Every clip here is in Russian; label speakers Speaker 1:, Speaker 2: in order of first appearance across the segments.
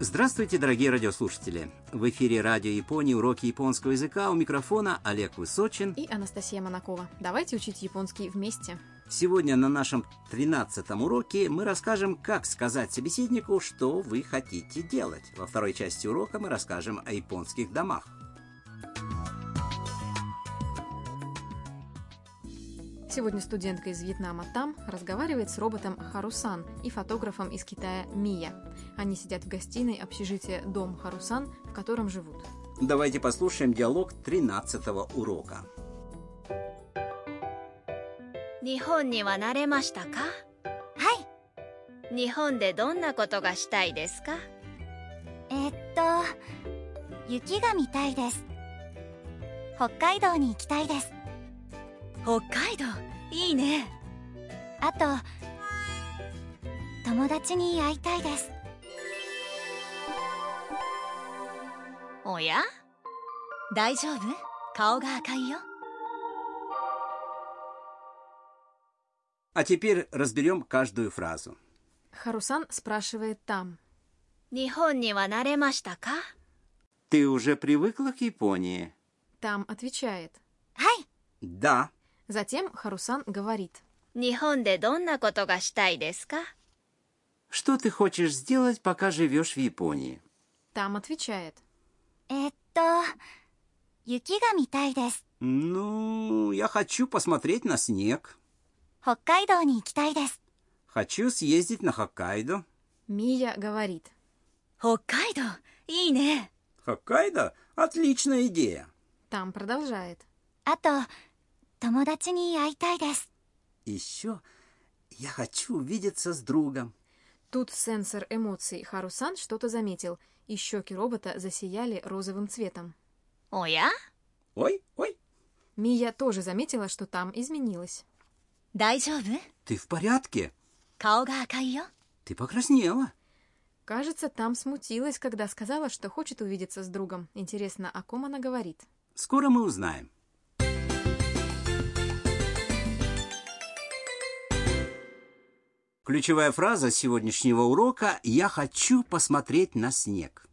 Speaker 1: Здравствуйте, дорогие радиослушатели! В эфире Радио Японии уроки японского языка у микрофона Олег Высочин.
Speaker 2: И Анастасия Монакова. Давайте учить японский вместе.
Speaker 1: Сегодня на нашем 13 уроке мы расскажем, как сказать собеседнику, что вы хотите делать. Во второй части урока мы расскажем о японских домах.
Speaker 2: Сегодня студентка из Вьетнама Там разговаривает с роботом Харусан и фотографом из Китая Мия. Они сидят в гостиной общежития «Дом Харусан», в котором живут.
Speaker 1: Давайте послушаем диалог 13 урока.
Speaker 3: 日本には慣れましたかはい日本でどんなことがしたいですか
Speaker 4: えっと雪が見たいです北海道に行きたいです
Speaker 3: 北海道いいね
Speaker 4: あと友達に会いたいです
Speaker 3: おや大丈夫顔が赤いよ
Speaker 1: А теперь разберем каждую фразу.
Speaker 2: Харусан спрашивает Там.
Speaker 3: 日本には慣れましたか
Speaker 1: Ты уже привыкла к Японии?
Speaker 2: Там отвечает.
Speaker 4: はい
Speaker 1: Да.
Speaker 2: Затем Харусан говорит.
Speaker 3: 日本でどんなことがしたいですか
Speaker 1: Что ты хочешь сделать, пока живешь в Японии?
Speaker 2: Там отвечает.
Speaker 4: えっと雪が見たいです
Speaker 1: Ну, я хочу посмотреть на снег.
Speaker 4: 北海道に行きたいです
Speaker 1: Хочу съездить на Хоккайдо.
Speaker 2: Мия говорит.
Speaker 3: 北海道いいね
Speaker 1: Хоккайдо? Отличная идея.
Speaker 2: Там продолжает.
Speaker 4: あと友達に会いたいです
Speaker 1: Еще я хочу увидеться с другом.
Speaker 2: Тут сенсор эмоций Харусан что-то заметил, и щеки робота засияли розовым цветом.
Speaker 3: おや
Speaker 1: Ой, ой.
Speaker 2: Мия тоже заметила, что там изменилось.
Speaker 3: 大丈夫
Speaker 1: Ты в порядке?
Speaker 3: 顔が赤いよ
Speaker 1: Ты покраснела.
Speaker 2: Кажется, там смутилась, когда сказала, что хочет увидеться с другом. Интересно, о ком она говорит?
Speaker 1: Скоро мы узнаем. Ключевая фраза сегодняшнего урока «Я хочу посмотреть на снег».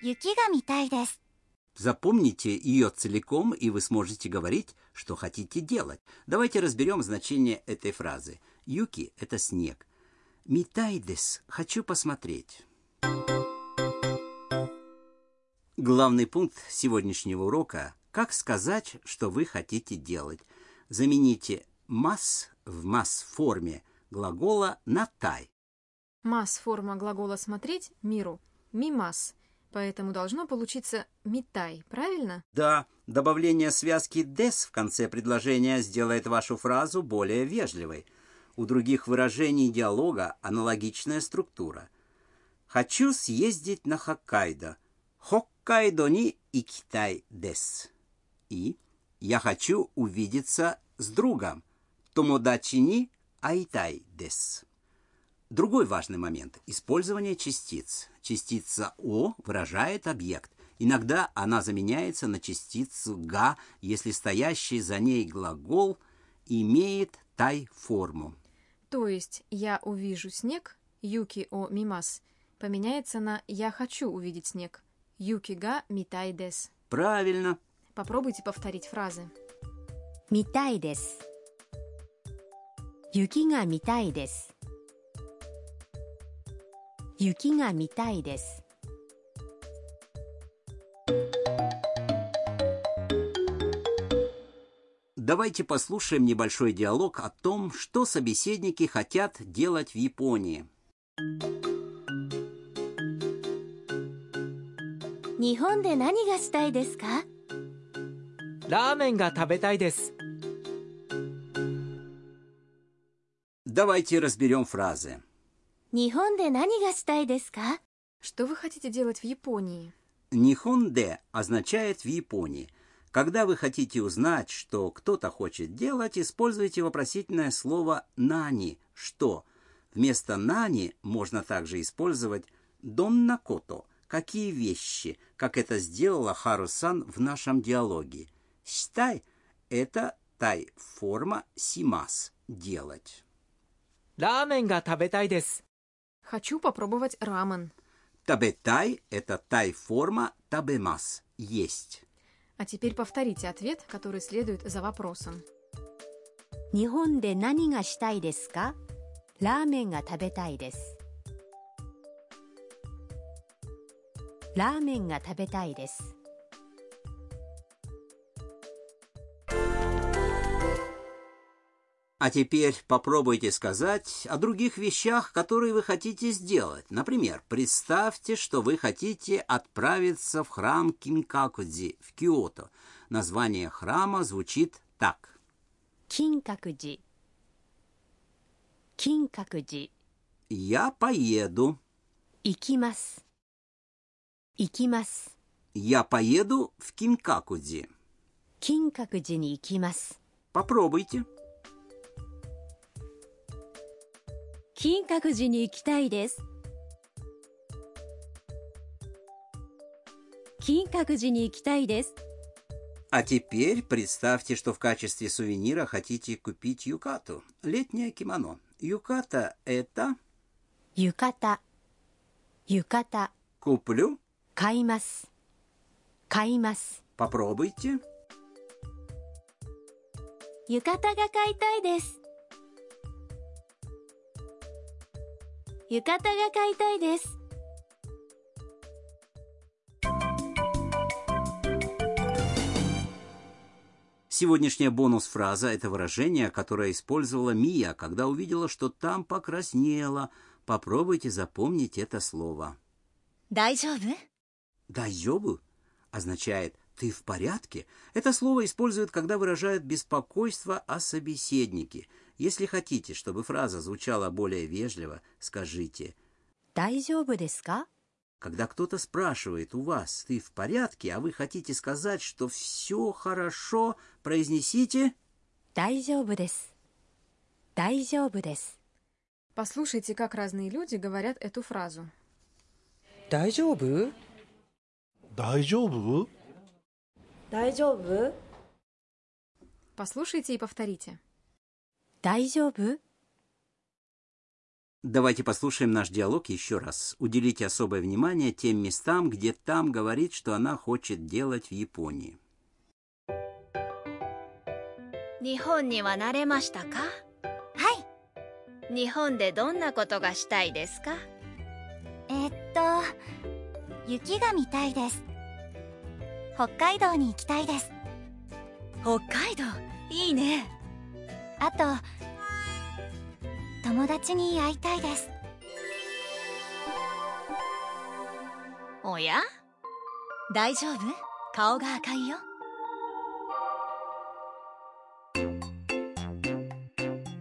Speaker 4: 雪が見たいです
Speaker 1: Запомните ее целиком, и вы сможете говорить, что хотите делать. Давайте разберем значение этой фразы. Юки – это снег. Митайдес – хочу посмотреть. Главный пункт сегодняшнего урока – как сказать, что вы хотите делать. Замените «мас» в «мас-форме» глагола на «тай».
Speaker 2: Мас – форма глагола «смотреть» миру. Мимас. Поэтому должно получиться «митай», правильно?
Speaker 1: Да, добавление связки «дес» в конце предложения сделает вашу фразу более вежливой. У других выражений диалога аналогичная структура. «Хочу съездить на Хоккайдо». «Хоккайдо ни и Китай дес». И «Я хочу увидеться с другом». «Томодачи ни а айтай дес». Другой важный момент – использование частиц. Частица «о» выражает объект. Иногда она заменяется на частицу «га», если стоящий за ней глагол имеет тай-форму.
Speaker 2: То есть «я увижу снег» юки о мимас поменяется на «я хочу увидеть снег» юки га митай дес.
Speaker 1: Правильно.
Speaker 2: Попробуйте повторить фразы.
Speaker 5: 見たいです雪が見たいです雪が見たいです
Speaker 1: Давайте послушаем небольшой диалог о том, что собеседники хотят делать в Японии.
Speaker 4: 日本で何がしたいですか
Speaker 6: ラーメンが食べたいです。
Speaker 1: Давайте разберем фразы.
Speaker 4: 日本で何がしたいですか
Speaker 2: Что вы хотите делать в Японии?
Speaker 1: Нихонде означает в Японии. Когда вы хотите узнать, что кто-то хочет делать, используйте вопросительное слово нани что. Вместо нани можно также использовать донна кото какие вещи, как это сделала Харусан в нашем диалоге. Считай это тай форма симас делать.
Speaker 6: ラーメンが食べたいです。
Speaker 2: Хочу попробовать рамен.
Speaker 1: Табетай – это тай-форма табемас – есть.
Speaker 2: А теперь повторите ответ, который следует за вопросом.
Speaker 5: 日本で何がしたいですかラーメンが食べたいですラーメンが食べたいです
Speaker 1: А теперь попробуйте сказать о других вещах, которые вы хотите сделать. Например, представьте, что вы хотите отправиться в храм Кинкакудзи в Киото. Название храма звучит так.
Speaker 5: 金閣寺金閣寺
Speaker 1: Я поеду.
Speaker 5: 行きます行きます
Speaker 1: Я поеду в Кинкакудзи.
Speaker 5: 金閣寺に行きます
Speaker 1: Попробуйте.
Speaker 5: 金閣寺に行きたいです金閣寺に行きたいです
Speaker 1: А теперь представьте, что в качестве сувенира хотите купить юкату. Летнее кимоно. Юката – это
Speaker 5: 浴衣浴衣
Speaker 1: «куплю».
Speaker 5: 買います買います
Speaker 1: Попробуйте.
Speaker 4: 浴衣が買いたいです浴衣が買いたいです
Speaker 1: Сегодняшняя бонус-фраза – это выражение, которое использовала Мия, когда увидела, что там покраснело. Попробуйте запомнить это слово.
Speaker 3: 大丈夫
Speaker 1: «Дайзёбу» означает «ты в порядке». Это слово используют, когда выражают беспокойство о собеседнике. Если хотите, чтобы фраза звучала более вежливо, скажите.
Speaker 5: 大丈夫ですか
Speaker 1: Когда кто-то спрашивает у вас «ты в порядке», а вы хотите сказать, что «все хорошо», произнесите
Speaker 5: 大丈夫です大丈夫です
Speaker 2: Послушайте, как разные люди говорят эту фразу.
Speaker 7: 大丈夫
Speaker 8: 大丈夫
Speaker 9: 大丈夫
Speaker 2: Послушайте и повторите.
Speaker 5: 大丈夫
Speaker 1: Давайте послушаем наш диалог еще раз. Уделите особое внимание тем местам, где там говорит, что она хочет делать в Японии.
Speaker 3: 日本には慣れましたか
Speaker 4: はい
Speaker 3: 日本でどんなことがしたいですか
Speaker 4: えっと雪が見たいです北海道に行きたいです
Speaker 3: 北海道いいね
Speaker 4: あと友達に会いたいです
Speaker 3: おや大丈夫顔が赤いよ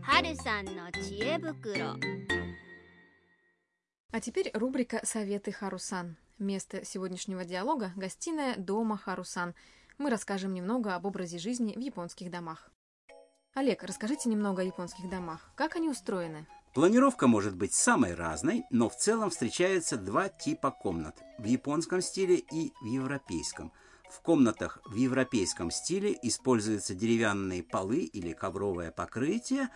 Speaker 3: 春さんの知恵袋
Speaker 2: А теперь рубрика «Советы Харусан». Место сегодняшнего диалога – гостиная дома Харусан. Мы расскажем немного об образе жизни в японских домах. Олег, расскажите немного о японских домах. Как они устроены?
Speaker 1: Планировка может быть самой разной, но в целом встречаются два типа комнат – в японском стиле и в европейском. В комнатах в европейском стиле используются деревянные полы или ковровое покрытие.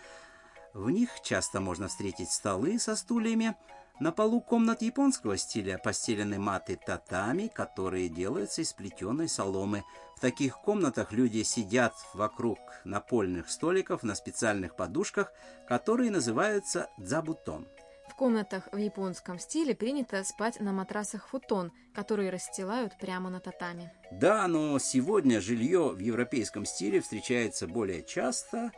Speaker 1: В них часто можно встретить столы со стульями. На полу комнат японского стиля постелены маты татами, которые делаются из плетеной соломы. В таких комнатах люди сидят вокруг напольных столиков на специальных подушках, которые называются дзабутон.
Speaker 2: В комнатах в японском стиле принято спать на матрасах футон, которые расстилают прямо на татами.
Speaker 1: Да, но сегодня жилье в европейском стиле встречается более часто,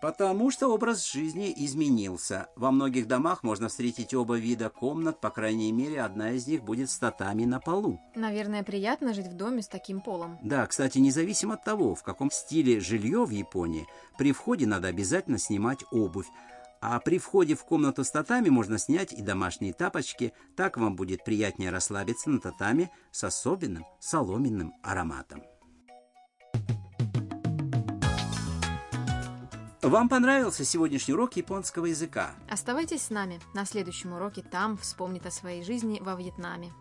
Speaker 1: потому что образ жизни изменился. Во многих домах можно встретить оба вида комнат, по крайней мере, одна из них будет с татами на полу.
Speaker 2: Наверное, приятно жить в доме с таким полом.
Speaker 1: Да, кстати, независимо от того, в каком стиле жилье в Японии, при входе надо обязательно снимать обувь. А при входе в комнату с татами можно снять и домашние тапочки. Так вам будет приятнее расслабиться на татами с особенным соломенным ароматом. Вам понравился сегодняшний урок японского языка?
Speaker 2: Оставайтесь с нами. На следующем уроке там вспомнит о своей жизни во Вьетнаме.